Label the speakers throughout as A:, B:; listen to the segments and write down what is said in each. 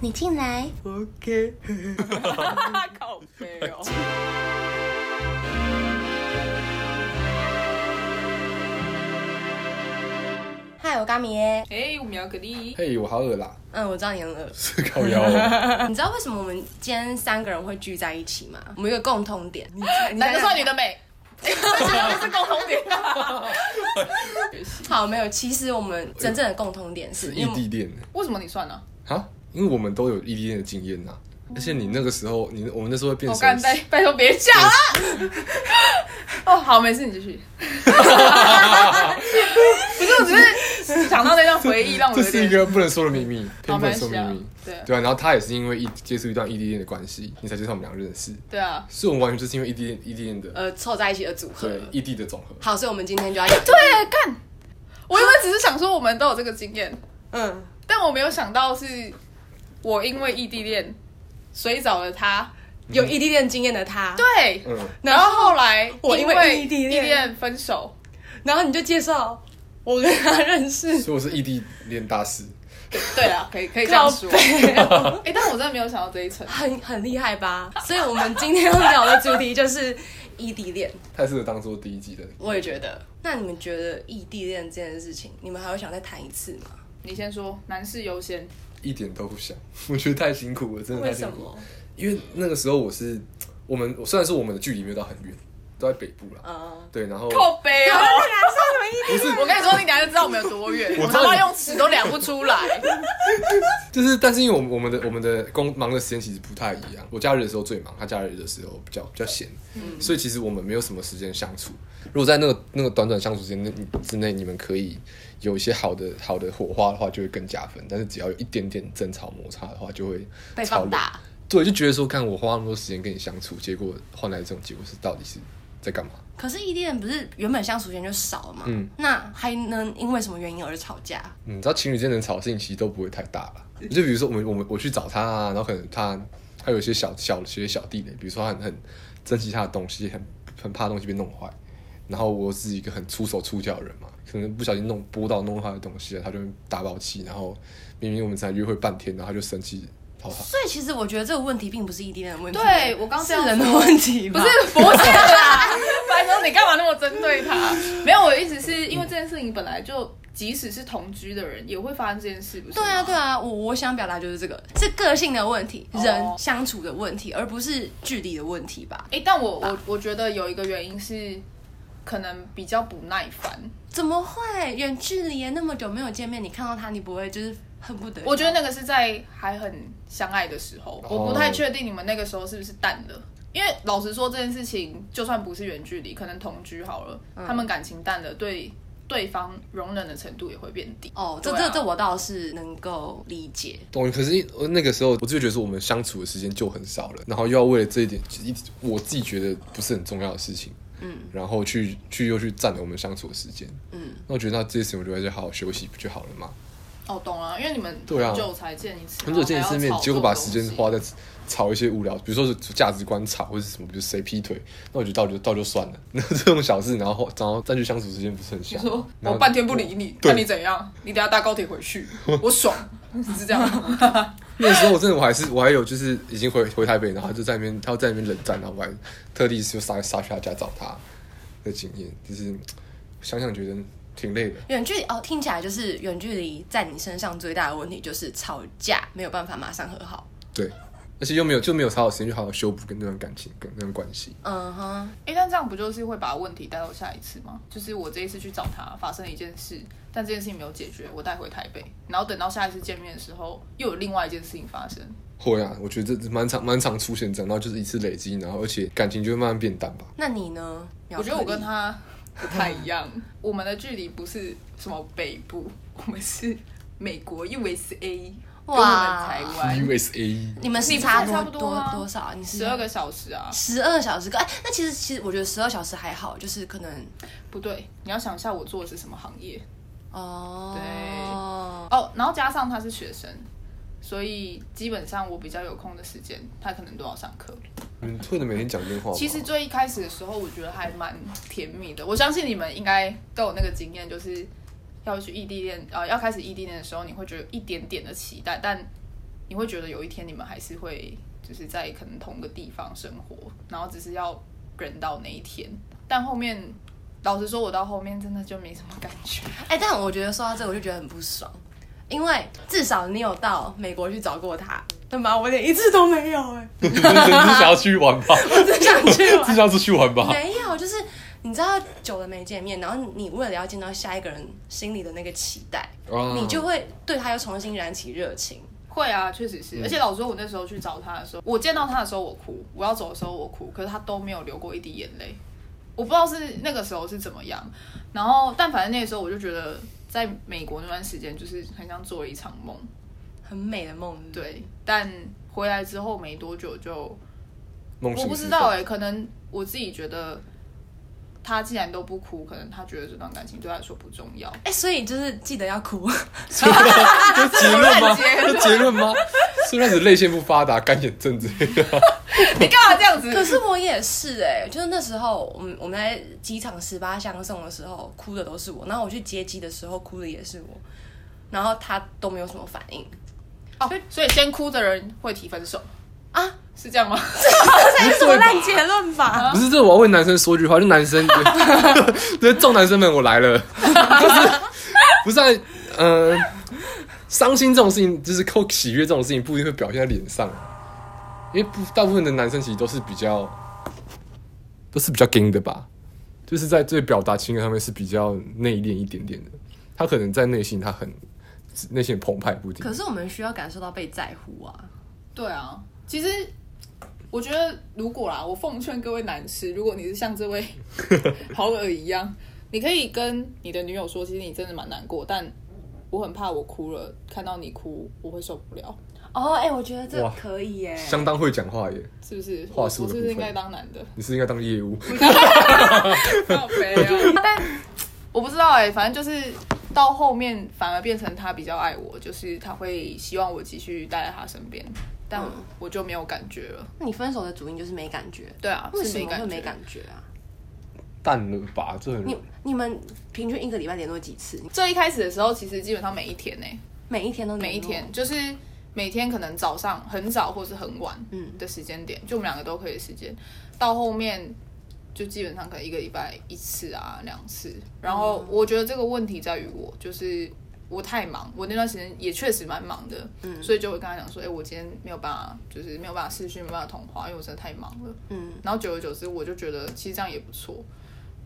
A: 你进来。
B: OK，
C: 靠背哦。
A: 嗨，我嘎米耶。
C: 哎，我们要个力，
B: 嘿、我好恶啦，
A: 嗯，我知道你很恶。
B: 是靠腰、哦。
A: 你知道为什么我们今天三个人会聚在一起吗？我们有一个共同点， 你你
C: 哪
A: 在
C: 个算你的美？这是共同点。
A: 好没有？其实我们真正的共同点是，
B: 是异
A: 因为我们
B: 地恋呢、
C: 为什么你算呢？
B: 啊，因为我们都有异地恋的经验呐、而且你那个时候，你我们那时候会变
C: 我
B: 熟
C: 干，拜拜托别讲了。哦，好，没事，你继续。不是，我只是想到那段回忆，让 我
B: 这
C: 有
B: 是一
C: 点
B: 个不能说的秘密，
C: 好
B: 偏不
C: 没
B: 能说
C: 事
B: 秘
C: 啊
B: 密。。
C: 对
B: 对啊，然后他也是因为一接触一段异地恋的关系，你才介绍我们两个认识，
C: 对啊，
B: 所以我们完全就是因为异地恋异地恋的
A: 呃凑在一起的组合
B: 对。异地的总和。
A: 好，所以我们今天就要 讲，
C: 对，干。我原本只是想说我们都有这个经验，
A: 嗯，
C: 但我没有想到是我因为异地恋，所以找了他。
A: 有异地恋经验的他，，
C: 对，
B: 嗯，
C: 然后后来
A: 我因
C: 因
A: 为
C: 为
A: 异地
C: 异
A: 恋
C: 恋分手，
A: 然后你就介绍我跟他认识，
B: 所以我是异地恋大师，
C: 对啊，可以可以这样说。
A: 靠背
C: 哎、但我真的没有想到这一层。
A: 很很厉害吧？所以我们今天要聊的主题就是 异地恋。
B: 太适合当做第一集的。
A: 我也觉得。那你们觉得异地恋这件事情，你们还会想再谈一次吗？
C: 你先说，男士优先。
B: 一点都不想，我觉得太辛苦了，真的
A: 为
B: 太辛
A: 什
B: 苦了。
A: 么？
B: 因为那个时候我是我们，我虽然说我们的距离没有到很远，都在北部啦，
A: 嗯，
B: 对，然后
C: 靠背 哦、
B: 不是
C: 我跟你说，你等下就知道我们有多远，
B: 我
C: 我
B: 知
C: 他
B: 道
C: 妈
B: 你
C: 用尺都量不出来。
B: 就是，但是因为我们我们的我们的工忙的时间其实不太一样，我假日的时候最忙，他假日的时候比较比较闲，
A: 嗯
B: 所以其实我们没有什么时间相处。如果在那个那个短短相处时间内之内，你们可以有一些好的好的火花的话，就会更加分。但是只要有一点点争吵摩擦的话，就会
A: 被
B: 超
A: 放
B: 累
A: 大。
B: 对，就觉得说，看我花那么多时间跟你相处，结果换来这种结果是到底是在干嘛？
A: 可是异地恋不是原本相处时间就少了嘛？
B: 嗯
A: 那还能因为什么原因而吵架？
B: 你知道情侣间能吵的事情其实都不会太大了。就比如说我们我们我去找他啊，然后可能他他有一些小小的些小地雷，比如说他很很珍惜他的东西，很很怕东西被弄坏。然后我是一个很出手出脚的人嘛，可能不小心弄拨到弄坏的东西了，啊他就会大爆气。然后明明我们才约会半天，然后他就生气 跑跑。
A: 所以其实我觉得这个问题并不是异地恋的问题，
C: 对我刚刚
A: 是
C: 这样
A: 人的
C: 说
A: 问题吧，
C: 不是不是啦，白说你干嘛那么针对他？没有，我的意思是因为这件事情本来就，即使是同居的人也会发生这件事，不是？
A: 对啊，对。啊，我我想表达就是这个是个性的问题，
C: 哦
A: 人相处的问题，而不是距离的问题吧？
C: 哎、但我我我觉得有一个原因是，可能比较不耐烦。
A: 怎么会远距离那么久没有见面，你看到他你不会就是恨不得？
C: 我觉得那个是在还很相爱的时
B: 哦
C: 候，我不太确定你们那个时候是不是淡了。因为老实说，这件事情就算不是远距离，可能同居好了，
B: 嗯
C: 他们感情淡了，对对方容忍的程度也会变低。
A: 哦，这、
C: 对啊
A: 这这我倒是能够理解。
B: 懂，可是呃那个时候我就觉得说我们相处的时间就很少了，然后又要为了这一点，一直我自己觉得不是很重要的事情，嗯，然后去去又去占了我们相处的时间，嗯，那我觉得那这些事情我就在家好好休息不就好了嘛？
C: 哦，懂了，因为你们
B: 对啊
C: 很久才见一次，
B: 很久见一次面
C: 然后还要，
B: 结果把
C: 吵
B: 时
C: 这种
B: 间
C: 东西
B: 花在吵一些无聊，比如说是价值观吵或者是什么，比如谁劈腿，那我觉得到就到就算了，那 这种小事，然后然后占据相处时间不是很
C: 就
B: 香？
C: 说
B: 然
C: 我
B: 后
C: 半天不理你，
B: 对
C: 看你怎样，你等下搭高铁回去，我爽， 是这样吗。
B: 那时候我真的我还是我还有就是已经回回台北，然后他就在那边他就在那边冷战，然后我还特地就杀杀去他家找他的经验，就是想想觉得挺累的。
A: 远距离哦，听起来就是远距离在你身上最大的问题就是吵架没有办法马上和好。
B: 对，而且又没有就没有好好时间去好好修补跟那段感情跟那段关系。
A: 嗯哼，
C: 哎、但这样不就是会把问题带到下一次吗？就是我这一次去找他，发生了一件事，但这件事情没有解决，我带回台北，然后等到下一次见面的时候，又有另外一件事情发生。
B: 会啊，我觉得这蛮常蛮常出现这样，然后就是一次累积，然后而且感情就会慢慢变淡吧。
A: 那你呢？苗
C: 我觉得我
A: 可丽
C: 跟他不太一样，我们的距离不是什么北部，我们是美国 USA，跟我们
A: 哇
C: 台湾
B: USA
A: 你们时
C: 你不是
A: 差
C: 还
A: 多
C: 差不多吗
A: 多多少啊？你是
C: 十二个小时啊，
A: 十二小时，哎，那其实其实我觉得十二小时还好，就是可能
C: 不对，你要想一下我做的是什么行业。
A: 哦，
C: 对哦，然后加上他是学生，所以基本上我比较有空的时间，他可能都要上课。
B: 你会的每天讲电话吗？
C: 其实最一开始的时候，我觉得还蛮甜蜜的。我相信你们应该都有那个经验，就是要去异地恋，呃，要开始异地恋的时候，你会觉得有一点点的期待，但你你会觉得有一天你们还是会就是在可能同个地方生活，然后只是要忍到那一天。但后面，老实说，我到后面真的就没什么感觉。
A: 哎、但我觉得说到这，我就觉得很不爽，因为至少你有到美国去找过他，他妈我连一次都没有哎、
B: 你真的只是想要去玩 吧？
A: 我只想去玩
B: 只。想出去玩吧？
A: 没有，就是你知道久了没见面，然后你为了要见到下一个人心里的那个期待，
B: 啊
A: 你就会对他又重新燃起热情。
C: 会啊，确实是。而且老实说，我那时候去找他的时候，我见到他的时候我哭，我要走的时候我哭，可是他都没有流过一滴眼泪。我不知道是那个时候是怎么样，然后但反正那个时候我就觉得，在美国那段时间就是很像做了一场梦，
A: 很美的梦，对，
C: 对。但回来之后没多久就
B: 梦
C: 我
B: 醒
C: 不
B: 时
C: 知
B: 分
C: 道哎、可能我自己觉得，他既然都不哭，可能他觉得这段感情对他来说不重要。
A: 哎、所以就是记得要哭，
B: 这结论吗？
C: 结
B: 这结论吗？虽然是泪腺不发达、干眼症之类的，
C: 你干嘛这样 子？
A: 可是我也是哎、就是那时候我们我们在机场十八相送的时候，哭的都是我，然后我去接机的时候哭的也是我，然后他都没有什么反应
C: 哦，所以先哭的人会提分手，
A: 啊，
C: 是这样吗？
A: 哎这才是什么烂结论法？
B: 不是这我要为男生说句话，就男生， 这众男生们我来了，不是不是啊，嗯、伤心这种事情，就是扣喜悦这种事情，不一定会表现在脸上，因为不大部分的男生其实都是比较都是比较 gay 的吧，就是在对表达情感上面是比较内敛一点点的，他可能在内心他很内心很澎湃不一 定
A: 可。是我们需要感受到被在乎啊，
C: 对啊，其实我觉得，如果啦，我奉劝各位男士，如果你是像这位 好耳一样，你可以跟你的女友说，其实你真的蛮难过，但我很怕我哭了，看到你哭我会受不了，
A: 哦，哎、我觉得这
B: 哇
A: 可以耶、
B: 相当会讲话耶！
C: 是不是？我
B: 话
C: 我
B: 术的
C: 是
B: 部分
C: 不是应该当男 的？
B: 你是应该当业务，
C: 靠北 啊！但我不知道哎、反正就是到后面反而变成他比较爱我，就是他会希望我继续待在他身边，但
A: 嗯
C: 我就没有感觉了。
A: 那你分手的主因就是没感觉，
C: 对啊，
A: 为
C: 是
A: 什
C: 没
A: 么
C: 感
A: 会
C: 觉？
A: 没感觉啊？
B: 淡了吧？这很
A: 你你们平均一个礼拜联络几次？
C: 最一开始的时候，其实基本上每一天呢、
A: 每一天都联络
C: 每一天就是每天可能早上很早或是很晚
A: 嗯
C: 的时间点，就我们两个都可以的时间。到后面就基本上可能一个礼拜一次啊两次。然
A: 嗯
C: 后我觉得这个问题在于我，就是我太忙，我那段时间也确实蛮忙的，
A: 嗯
C: 所以就会跟他讲说，哎、我今天没有办法，就是没有办法视讯，没有办法通话，因为我真的太忙了。
A: 嗯，
C: 然后久而久之，我就觉得其实这样也不错。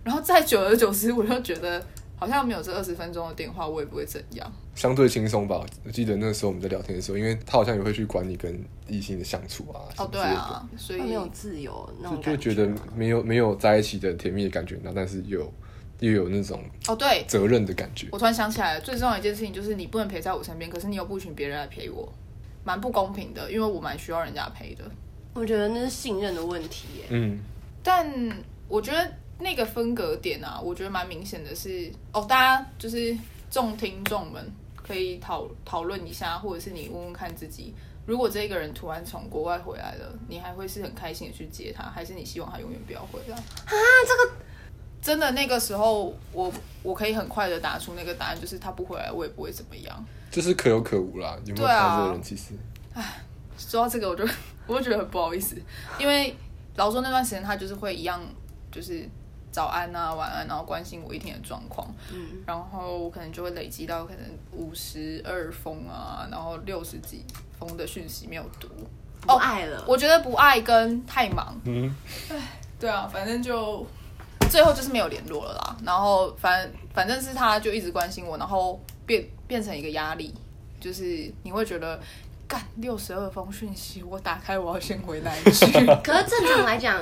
C: 然后再久而久之，我就觉得好像没有这二十分钟的电话，我也不会怎样。
B: 相对轻松吧。我记得那时候我们在聊天的时候，因为他好像也会去管你跟异性的相处啊，
C: 哦，对啊，所以
A: 会没有自由那
B: 什
A: 种
B: 么之类的，就就
A: 感
B: 觉得
A: 吗
B: 没有没有在一起的甜蜜的感觉，然后但是有又有那种
C: 哦，对，
B: 责任的感觉。
C: 我突然想起来，最重要的一件事情就是你不能陪在我身边，可是你又不请别人来陪我，蛮不公平的，因为我蛮需要人家陪的。
A: 我觉得那是信任的问题耶。
B: 嗯，
C: 但我觉得那个分隔点啊，我觉得蛮明显的是，哦，大家就是众听众们可以讨讨论一下，或者是你问问看自己，如果这个人突然从国外回来了，你还会是很开心的去接他，还是你希望他永远不要回来？啊，这个真的那个时候，我我可以很快的答出那个答案，就是他不回来，我也不会怎么样。
B: 就是可有可无啦。有没有
C: 对啊
B: 看到这个人？其实
C: 说到这个，我就我就觉得很不好意思，因为老实说那段时间他就是会一样，就是早安啊、晚安，然后关心我一天的状况，
A: 嗯，
C: 然后我可能就会累积到可能五十二封啊，然后六十几封的讯息没有读。
A: 不爱了，
C: 哦我觉得不爱跟太忙，
B: 嗯，
C: 对啊，反正就最后就是没有联络了啦。然后反反正是他就一直关心我，然后变变成一个压力，就是你会觉得。干六十二封讯息，我打开我要先回 哪一句？
A: 可是正常来讲，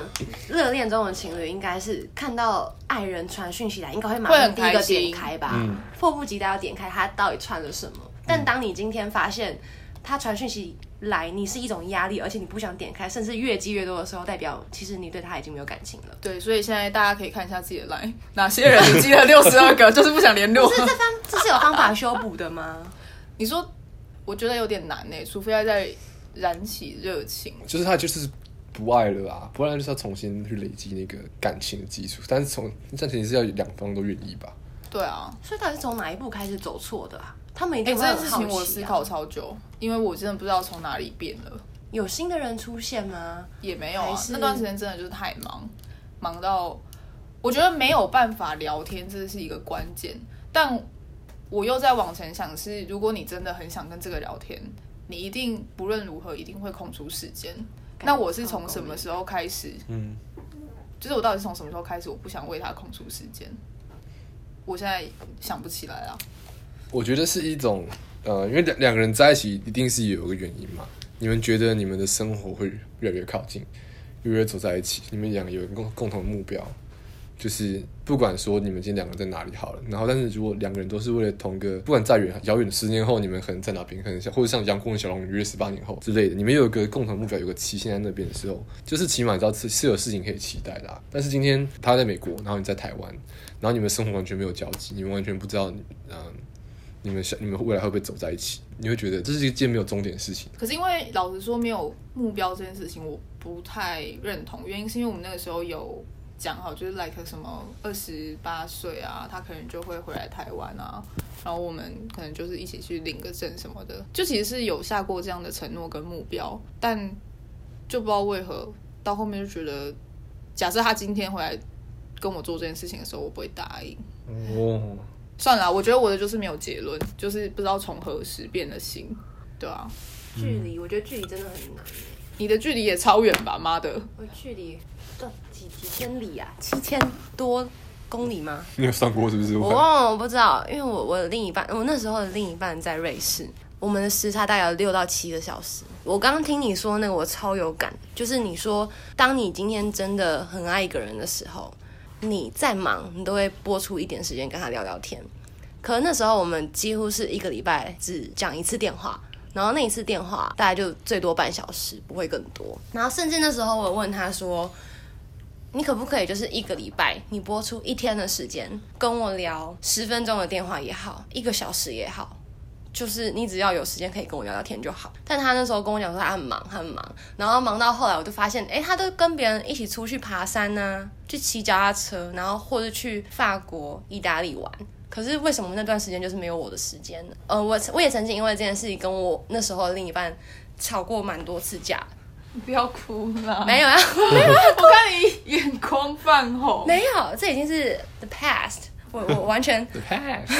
A: 热恋中的情侣应该是看到爱人传讯息来，应该会马
C: 会
A: 上
C: 很
A: 第一个
C: 开心
A: 点开吧
B: 嗯，
A: 迫不及待要点开他到底传了什么。但当你今天发现他传讯息来，你是一种压力，而且你不想点开，甚至越积越多的时候，代表其实你对他已经没有感情了。
C: 对，所以现在大家可以看一下自己的 line，哪些人你记了六十二个， 就是不想联络。
A: 这方这是有方法修补的吗？
C: 你说，我觉得有点难呢、除非要再燃起热情。
B: 就是他就是不爱了啊，不然就是要重新去累积那个感情的基础。但是从但前提是要两方都愿意吧。
C: 对啊，
A: 所以到底是从哪一步开始走错的啊？他们一
C: 哎、
A: 定
C: 这
A: 会很
C: 件事
A: 好奇、啊
C: 情我思考超久，因为我真的不知道从哪里变了，
A: 有新的人出现吗？
C: 也没有啊
A: 还。是
C: 那段时间真的就是太忙，忙到我觉得没有办法聊天，这是一个关键。但我又在往前想是，如果你真的很想跟这个聊天，你一定不论如何一定会空出时间。那我是从什么时候开始？
B: 嗯，
C: 就是我到底是从什么时候开始，我不想为他空出时间？我现在想不起来了。
B: 我觉得是一种呃，因为两两个人在一起一定是有一个原因嘛。你们觉得你们的生活会越来越靠近，越来越走在一起，你们两个有一个共共同的目标，就是不管说你们今天两个人在哪里好了，然后但是如果两个人都是为了同一个，不管再远遥远的十年后你们可能在哪边，可能像或者像杨过跟小龙女约十八年后之类的，你们有一个共同目标，有个期限在那边的时候，就是起码你知道是是有事情可以期待的、啊。但是今天他在美国，然后你在台湾，然后你们生活完全没有交集，你们完全不知道你嗯。你们想你们未来会不会走在一起？你会觉得这是一件没有终点的事情。
C: 可是因为老实说，没有目标这件事情，我不太认同。原因是因为我们那个时候有讲好，就是 like 什么二十八岁啊，他可能就会回来台湾啊，然后我们可能就是一起去领个证什么的，就其实是有下过这样的承诺跟目标，但就不知道为何到后面就觉得，假设他今天回来跟我做这件事情的时候，我不会答应。
B: 哦，
C: 算了啊，我觉得我的就是没有结论，就是不知道从何时变了心，对啊。
A: 距离，我觉得距离真的很难耶。
C: 你的距离也超远吧，妈的！
A: 我距离到几几千里啊？七千多公里吗？
B: 你有算过是不是？
A: 我忘了，我不知道，因为我我的另一半，我那时候的另一半在瑞士，我们的时差大概有六到七个小时。我刚刚听你说那个，我超有感，就是你说，当你今天真的很爱一个人的时候，你再忙，你都会拨出一点时间跟他聊聊天。可那时候我们几乎是一个礼拜只讲一次电话，然后那一次电话大概就最多半小时，不会更多。然后甚至那时候我问他说，你可不可以就是一个礼拜，你播出一天的时间，跟我聊十分钟的电话也好，一个小时也好，就是你只要有时间可以跟我聊聊天就好。但他那时候跟我讲说他很忙，他很忙，然后忙到后来我就发现，诶，他都跟别人一起出去爬山呐、去骑脚踏车，然后或者去法国、意大利玩。可是为什么那段时间就是没有我的时间呢？呃，我 我也曾经因为这件事情跟我那时候的另一半吵过蛮多次架，
C: 你不要哭啦！
A: 没有啊。
C: 我看你眼眶泛红。
A: 没有，这已经是 the past 我。我完全
B: The past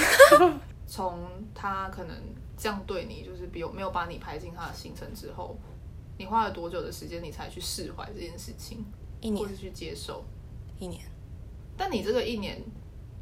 C: 从他可能这样对你，就是比如没有把你排进他的行程之后，你花了多久的时间你才去释怀这件事情，
A: 一年
C: 或是去接受？
A: 一年，
C: 但你这个一年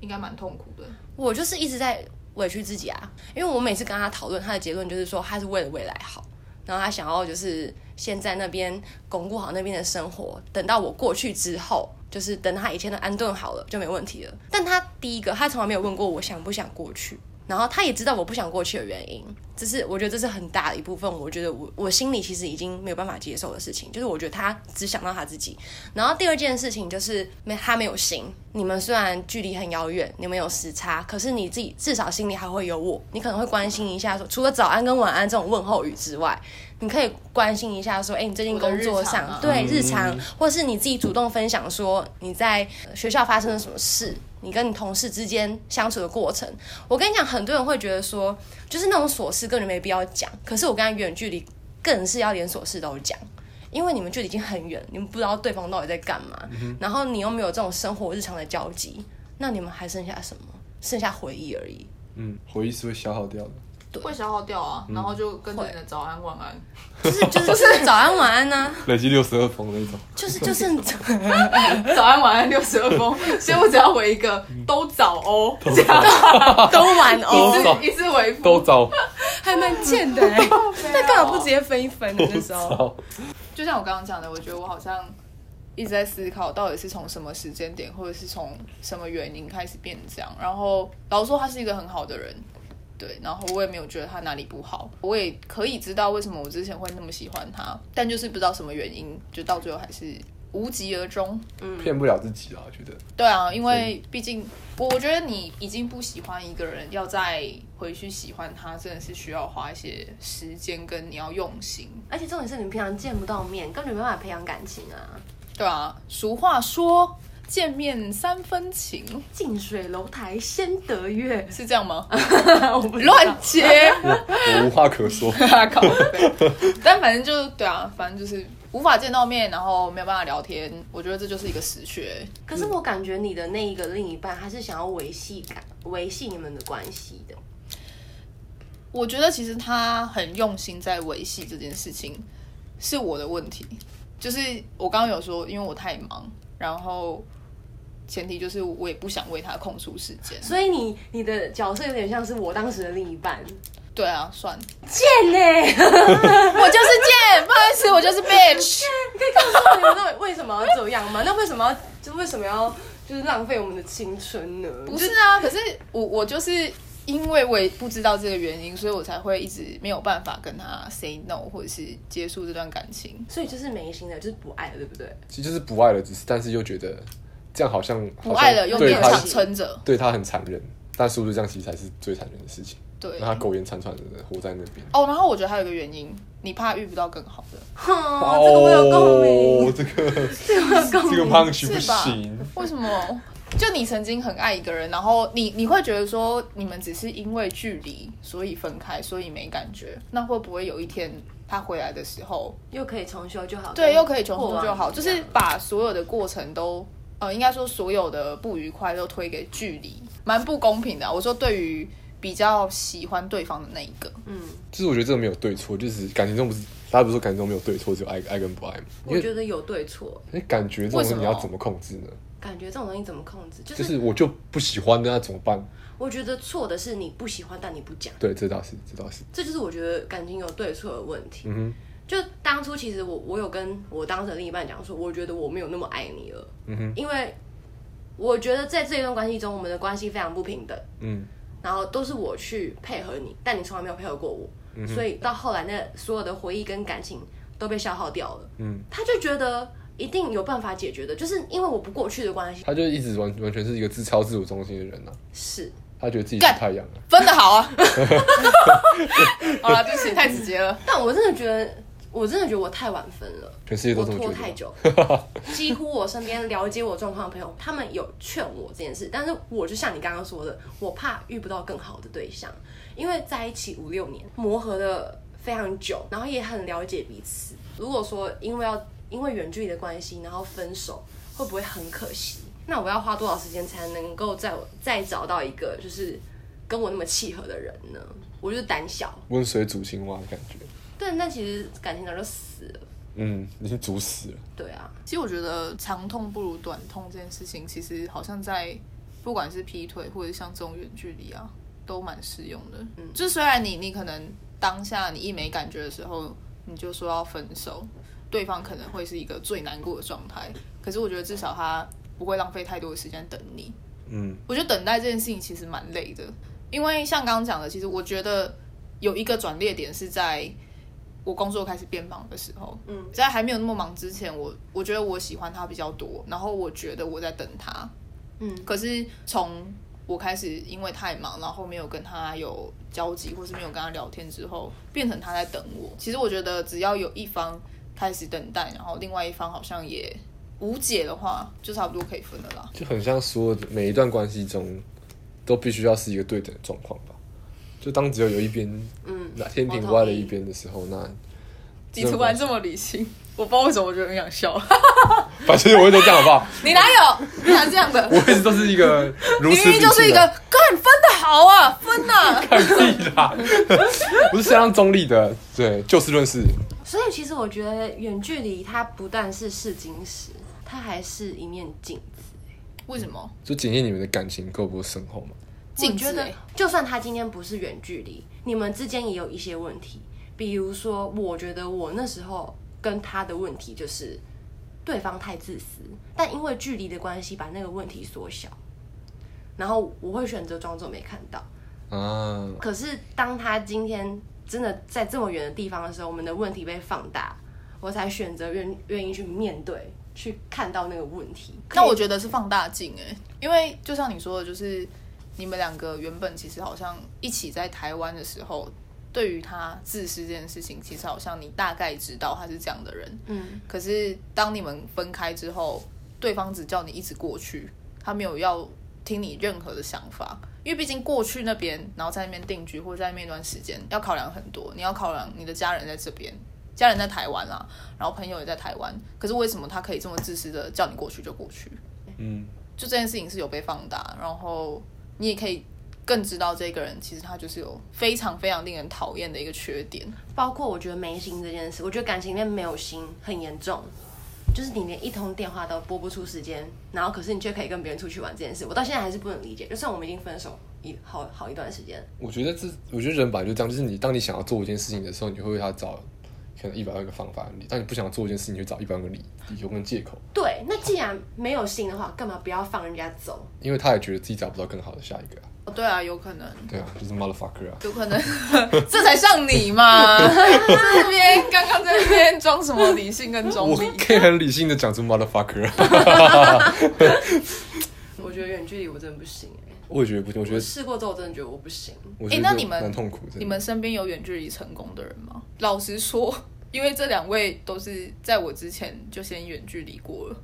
C: 应该蛮痛苦的。
A: 我就是一直在委屈自己啊，因为我每次跟他讨论，他的结论就是说他是为了未来好，然后他想要就是先在那边巩固好那边的生活，等到我过去之后，就是等他一切都安顿好了就没问题了。但他第一个，他从来没有问过我想不想过去。然后他也知道我不想过去的原因，这是我觉得这是很大的一部分。我觉得我我心里其实已经没有办法接受的事情，就是我觉得他只想到他自己，然后第二件事情就是没他没有心，你们虽然距离很遥远，你们有时差，可是你自己至少心里还会有我，你可能会关心一下说，除了早安跟晚安这种问候语之外，你可以关心一下说，哎、你最近
C: 我的
A: 工作
C: 日常
A: 上
C: 啊
A: 对
B: 嗯
A: 日常，或是你自己主动分享说你在呃学校发生了什么事，你跟你同事之间相处的过程。我跟你讲，很多人会觉得说，就是那种琐事根本没必要讲，可是我跟他远距离更是要连琐事都讲。因为你们距离已经很远，你们不知道对方到底在干嘛，然后你又没有这种生活日常的交集，那你们还剩下什么？剩下回忆而已。
B: 嗯，回忆是会消耗掉的。
C: 会消耗掉啊，然后就跟着你的早安晚安，
A: 就是就是就是早安晚安呐、
B: 累积六十二封那种。
A: 就是 就是，
C: 早安晚安六十二封，所以我只要回一个都早哦，这样
A: 都晚
B: 都
A: 哦，
B: 早
C: 一次一次回复
B: 都早
A: 还蛮贱的哎、那干嘛不直接分一分呢？那时候
B: 早，
C: 就像我刚刚讲的，我觉得我好像一直在思考，到底是从什么时间点，或者是从什么原因开始变这样。然后老实说，他是一个很好的人，对，然后我也没有觉得他哪里不好，我也可以知道为什么我之前会那么喜欢他，但就是不知道什么原因，就到最后还是无疾而终。
B: 骗不了自己啊，我觉得。
C: 对啊，因为毕竟我我觉得你已经不喜欢一个人，要再回去喜欢他，真的是需要花一些时间，跟你要用心。
A: 而且重点是你们平常见不到面，根本没办法培养感情啊。
C: 对啊，俗话说见面三分情，
D: 近水楼台先得月，
C: 是这样吗？
D: 我不知道
C: 乱接，
B: 我无话可说。
C: 靠背 但反正就对啊，反正就是无法见到面，然后没有办法聊天，我觉得这就是一个死穴。
A: 可是我感觉你的那一个另一半，他是想要维系感、维系你们的关系的。
C: 我觉得其实他很用心在维系这件事情，是我的问题。就是我刚刚有说，因为我太忙，然后前提就是我也不想为他空出时间。
A: 所以你你的角色有点像是我当时的另一半，
C: 对啊，算，
A: 贱欸呢、
C: 我就是贱，不好意思，我就是 bitch。
A: 你可以告诉我们为什么要这样吗？那为什么要就为什么要就是浪费我们的青春呢？
C: 不是啊，可是我我就是因为我也不知道这个原因，所以我才会一直没有办法跟他 say no，或者是结束这段感情。
A: 所以就是没心的，就是不爱了，对不对？
B: 其实就是不爱了，只是但是又觉得这样好像
C: 不爱了又
B: 好像对
C: 勉
B: 他
C: 强撑着，
B: 对他很残忍，但是不是这样其实才是最残忍的事情？
C: 对。
B: 让他苟延残喘的活在那边。
C: 哦，然后我觉得还有一个原因，你怕遇不到更好的。
A: 哼，哦这个我有共鸣，
B: 哦，这个
A: 这个我有共
B: 这个
A: 鸣。
B: punch 不
C: 是吧
B: 行。
C: 为什么？就你曾经很爱一个人，然后你你会觉得说你们只是因为距离所以分开，所以没感觉。那会不会有一天他回来的时候，
A: 又可以重修就好，
C: 对，又可以重复就
A: 过
C: 好，
A: 往一样
C: 就是把所有的过程都，呃，应该说所有的不愉快都推给距离，蛮不公平的啊、我说对于比较喜欢对方的那一个，
B: 就是我觉得这个没有对错，就是感情中不是大家不是说感情中没有对错，只有爱爱跟不爱嘛？因
A: 我
B: 为
A: 觉得有对错，
B: 因为感觉这种东
C: 为
B: 西
C: 什么
B: 你要怎么控制呢？
A: 感觉这种东西怎么控制？就、
B: 就是是我就不喜欢，那怎么办？
A: 我觉得错的是你不喜欢，但你不讲，
B: 对，这倒是，这倒是。
A: 这就是我觉得感情有对错的问题。
B: 嗯
A: 就当初其实我我有跟我当时的另一半讲说，我觉得我没有那么爱你了，
B: 哼，嗯哼，
A: 因为我觉得在这一段关系中，我们的关系非常不平等，
B: 嗯，
A: 然后都是我去配合你，但你从来没有配合过我，所以到后来那所有的回忆跟感情都被消耗掉了。
B: 嗯，
A: 他就觉得一定有办法解决的，就是因为我不过去的关系
B: 他就一直完完全是一个自超自我中心的人呐、
A: 是。
B: 他觉得自己是
C: 干
B: 太阳啊。
C: 分的好啊。 好了，就是太直接了。
A: 但我真的觉得，我真的觉得我太晚分了，
B: 全世界都
A: 我
B: 这么觉
A: 拖
B: 得啊
A: 太 久。几乎我身边了解我状况的朋友，他们有劝我这件事，但是我就像你刚刚说的，我怕遇不到更好的对象，因为在一起五六年，磨合的非常久，然后也很了解彼此。如果说因为要因为远距离的关系，然后分手，会不会很可惜？那我要花多少时间才能够在我再找到一个就是跟我那么契合的人呢？我就是胆小，
B: 温水煮青蛙的感觉。
A: 但但其实感情早就死了，
B: 嗯，已经煮死了。
A: 对啊，
C: 其实我觉得长痛不如短痛这件事情，其实好像在不管是劈腿或者像这种远距离啊，都蛮适用的。嗯，就虽然你你可能当下你一没感觉的时候，你就说要分手，对方可能会是一个最难过的状态。可是我觉得至少他不会浪费太多的时间等你。
B: 嗯，
C: 我觉得等待这件事情其实蛮累的，因为像刚刚讲的，其实我觉得有一个转捩点是在我工作开始变忙的时候，嗯，在还没有那么忙之前，我我觉得我喜欢他比较多，然后我觉得我在等他，
A: 嗯，
C: 可是从我开始因为太忙，然后没有跟他有交集，或是没有跟他聊天之后，变成他在等我。其实我觉得只要有一方开始等待，然后另外一方好像也无解的话，就差不多可以分了啦。
B: 就很像说每一段关系中都必须要是一个对等的状况吧。就当只有有一边，嗯，那天平歪了一边的时候，那
C: 你突然这么理性，我不知道为什么，我觉得很想笑。
B: 反正我一直都这样，好不好？
C: 你哪有？你哪这样的？
B: 我一直都是一个如
C: 你
B: 此
C: 明明就是一个干分的好啊，分呐、啊！
B: 立啦， 我是相当中立的，对，就事论事。
A: 所以其实我觉得远距离它不但是试金石，它还是一面镜子。
C: 为什么？
B: 就检验你们的感情够不够深厚嘛？
C: 镜
A: 我觉
C: 子、
A: 得
C: 欸，
A: 就算他今天不是远距离，你们之间也有一些问题，比如说，我觉得我那时候跟他的问题就是对方太自私，但因为距离的关系把那个问题缩小，然后我会选择装作没看到。
B: 啊，
A: 可是当他今天真的在这么远的地方的时候，我们的问题被放大，我才选择愿愿意去面对，去看到那个问题。
C: 那我觉得是放大镜哎、因为就像你说的，就是你们两个原本其实好像一起在台湾的时候，对于他自私这件事情，其实好像你大概知道他是这样的人，
A: 嗯，
C: 可是当你们分开之后，对方只叫你一直过去，他没有要听你任何的想法，因为毕竟过去那边，然后在那边定居或者在那边一段时间，要考量很多，你要考量你的家人在这边。家人在台湾啦，然后朋友也在台湾，可是为什么他可以这么自私的叫你过去就过去？
B: 嗯，
C: 就这件事情是有被放大，然后你也可以更知道这个人其实他就是有非常非常令人讨厌的一个缺点。
A: 包括我觉得没心这件事，我觉得感情里面没有心很严重，就是你连一通电话都拨不出时间，然后可是你却可以跟别人出去玩这件事，我到现在还是不能理解。就算我们已经分手一好好一段时间，
B: 我觉得这，我觉得人本来就这样，就是你当你想要做一件事情的时候，你会为他找可能一百万个方法；当你不想做一件事情，你就找一百万个理理由跟借口，
A: 对，那既然没有心的话，干嘛不要放人家走？
B: 因为他也觉得自己找不到更好的下一个啊。
C: 哦对啊，有可能，
B: 对啊，就是 motherfucker 啊。
C: 有可能， 这才像你嘛！ 在那边刚刚在那边装什么理性跟中
B: 我
C: 立，
B: 可以很理性的讲出 motherfucker，啊
A: 我觉得远距离我真的不行、欸，
B: 我也觉得不行，我觉
A: 我
B: 得
A: 试过之后，我真的觉得我不行。
B: 我觉得
C: 那你们
B: 蛮痛苦的。
C: 你们身边有远距离成功的人吗？老实说，因为这两位都是在我之前就先远距离过了，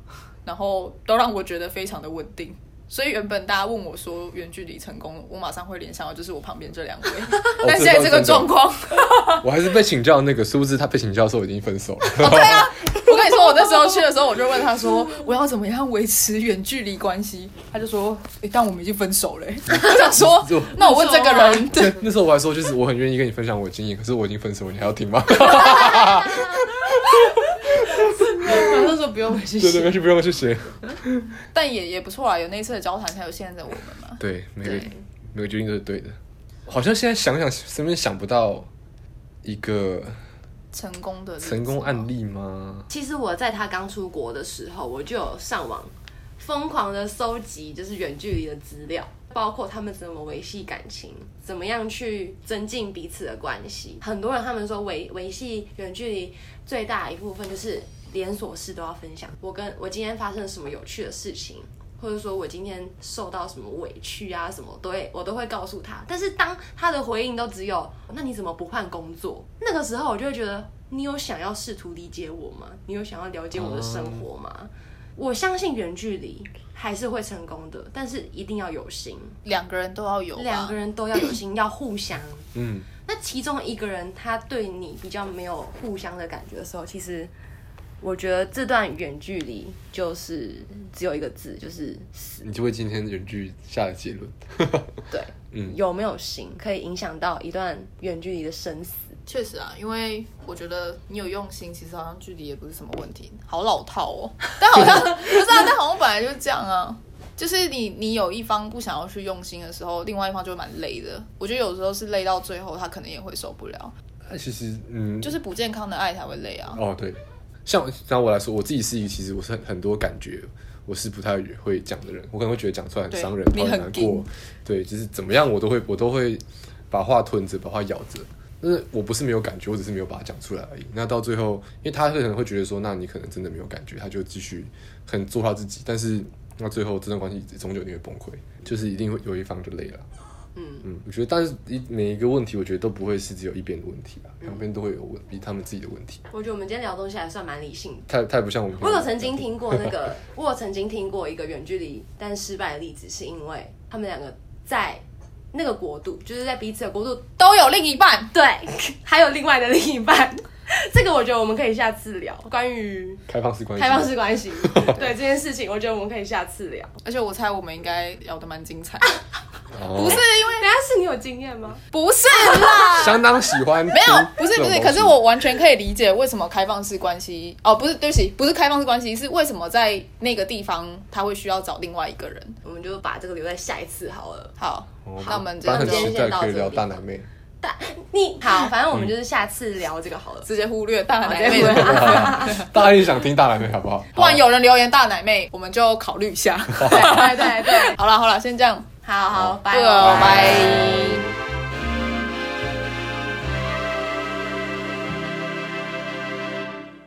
C: 然后都让我觉得非常的稳定。所以原本大家问我说远距离成功，我马上会联想到就是我旁边这两位， 但现在这个状况，
B: 我还是被请教那个，殊不知他被请教的时候已经分手了。
C: 我跟你说，我那时候去的时候，我就问他说我要怎么样维持远距离关系，他就说，诶但我们已经分手了、欸。 我想说，那我问这个人，
A: 啊
C: 对，
B: 那时候我还说，就是我很愿意跟你分享我的经验，可是我已经分手了，你还要听 吗？
D: 我那时候不用回去
B: 对对，没事，不用谢谢。
C: 但也也不错啦，啊有那一次的交谈，才有现在的我们嘛。
B: 对，每个
C: 对
B: 每个决定都是对的。好像现在想想，身边想不到一个
C: 成功的例子
B: 成功案例吗？
A: 其实我在他刚出国的时候，我就有上网疯狂的搜集，就是远距离的资料，包括他们怎么维系感情，怎么样去增进彼此的关系。很多人他们说维维系远距离最大的一部分就是连锁事都要分享。我跟我今天发生了什么有趣的事情，或者说我今天受到什么委屈啊，什么都会我都会告诉他。但是当他的回应都只有“那你怎么不换工作？”那个时候我就会觉得，你有想要试图理解我吗？你有想要了解我的生活吗？我相信远距离还是会成功的，但是一定要有心，
C: 两个人都要有吧，
A: 两个人都要有心，要互相。
B: 嗯，
A: 那其中一个人他对你比较没有互相的感觉的时候，其实我觉得这段远距离就是只有一个字，就是死。
B: 你就会今天远距下的结论。
A: 对，
B: 嗯
A: 有没有心可以影响到一段远距离的生死。
C: 确实啊，因为我觉得你有用心，其实好像距离也不是什么问题，好老套哦。 但好像不是啊，但好像本来就是这样啊。就是你你有一方不想要去用心的时候，另外一方就会蛮累的。我觉得有时候是累到最后，他可能也会受不了，
B: 那其实，嗯，
C: 就是不健康的爱才会累啊。
B: 哦，对，像拿我来说，我自己是一个，其实我是很很多感觉，我是不太会讲的人，我可能会觉得讲出来很
C: 对
B: 伤人，
C: 你
B: 或者
C: 很
B: 难过
C: 硬，
B: 对，就是怎么样我都会我都会把话吞着，把话咬着。但是我不是没有感觉，我只是没有把它讲出来而已。那到最后，因为他可能会觉得说，那你可能真的没有感觉，他就继续很做他自己。但是那最后这段关系终究一定会崩溃，就是一定会有一方就累了。嗯，我觉得，但是一每一个问题，我觉得都不会是只有一边的问题吧，两边都会有问，比他们自己的问题。
A: 我觉得我们今天聊的东西还算蛮理性的。
B: 太太不像我们。
A: 我有曾经听过那个，我有曾经听过一个远距离但失败的例子，是因为他们两个在那个国度，就是在彼此的国度，
C: 都有另一半，
A: 对，还有另外的另一半。 这个我觉得我们可以下次聊关于
B: 开放式关系，
A: 开放式关 系，对这件事情，我觉得我们可以下次聊。
C: 而且我猜我们应该聊得蛮精彩。
B: 哦
C: 不是因为
A: 等一下是你有经验吗？
C: 不是啦，
B: 相当喜欢听
C: 没
B: 这种
C: 有
B: 东西。，
C: 不是不是，可是我完全可以理解为什么开放式关系哦，不是，对不起，不是开放式关系，是为什么在那个地方他会需要找另外一个人。
A: 我们就把这个留在下一次好了。
C: 好，
B: 哦，
C: 那我们
B: 反正
C: 今
B: 很
C: 天
B: 期
A: 先
B: 待
A: 到
B: 可以
A: 这
B: 聊
A: 里
B: 大奶妹。
A: 但你好，反正我们就是下次聊这个好了。
C: 直接忽略大奶
A: 好
C: 妹
A: 再见
C: 的部分，
B: 大家也想听大奶妹好不好？
C: 不然有人留言大奶妹，我们就考虑一下。
A: 对对对对，
C: 好了好了，先这样，
A: 好好，拜
C: 对哦
A: 拜
C: 拜。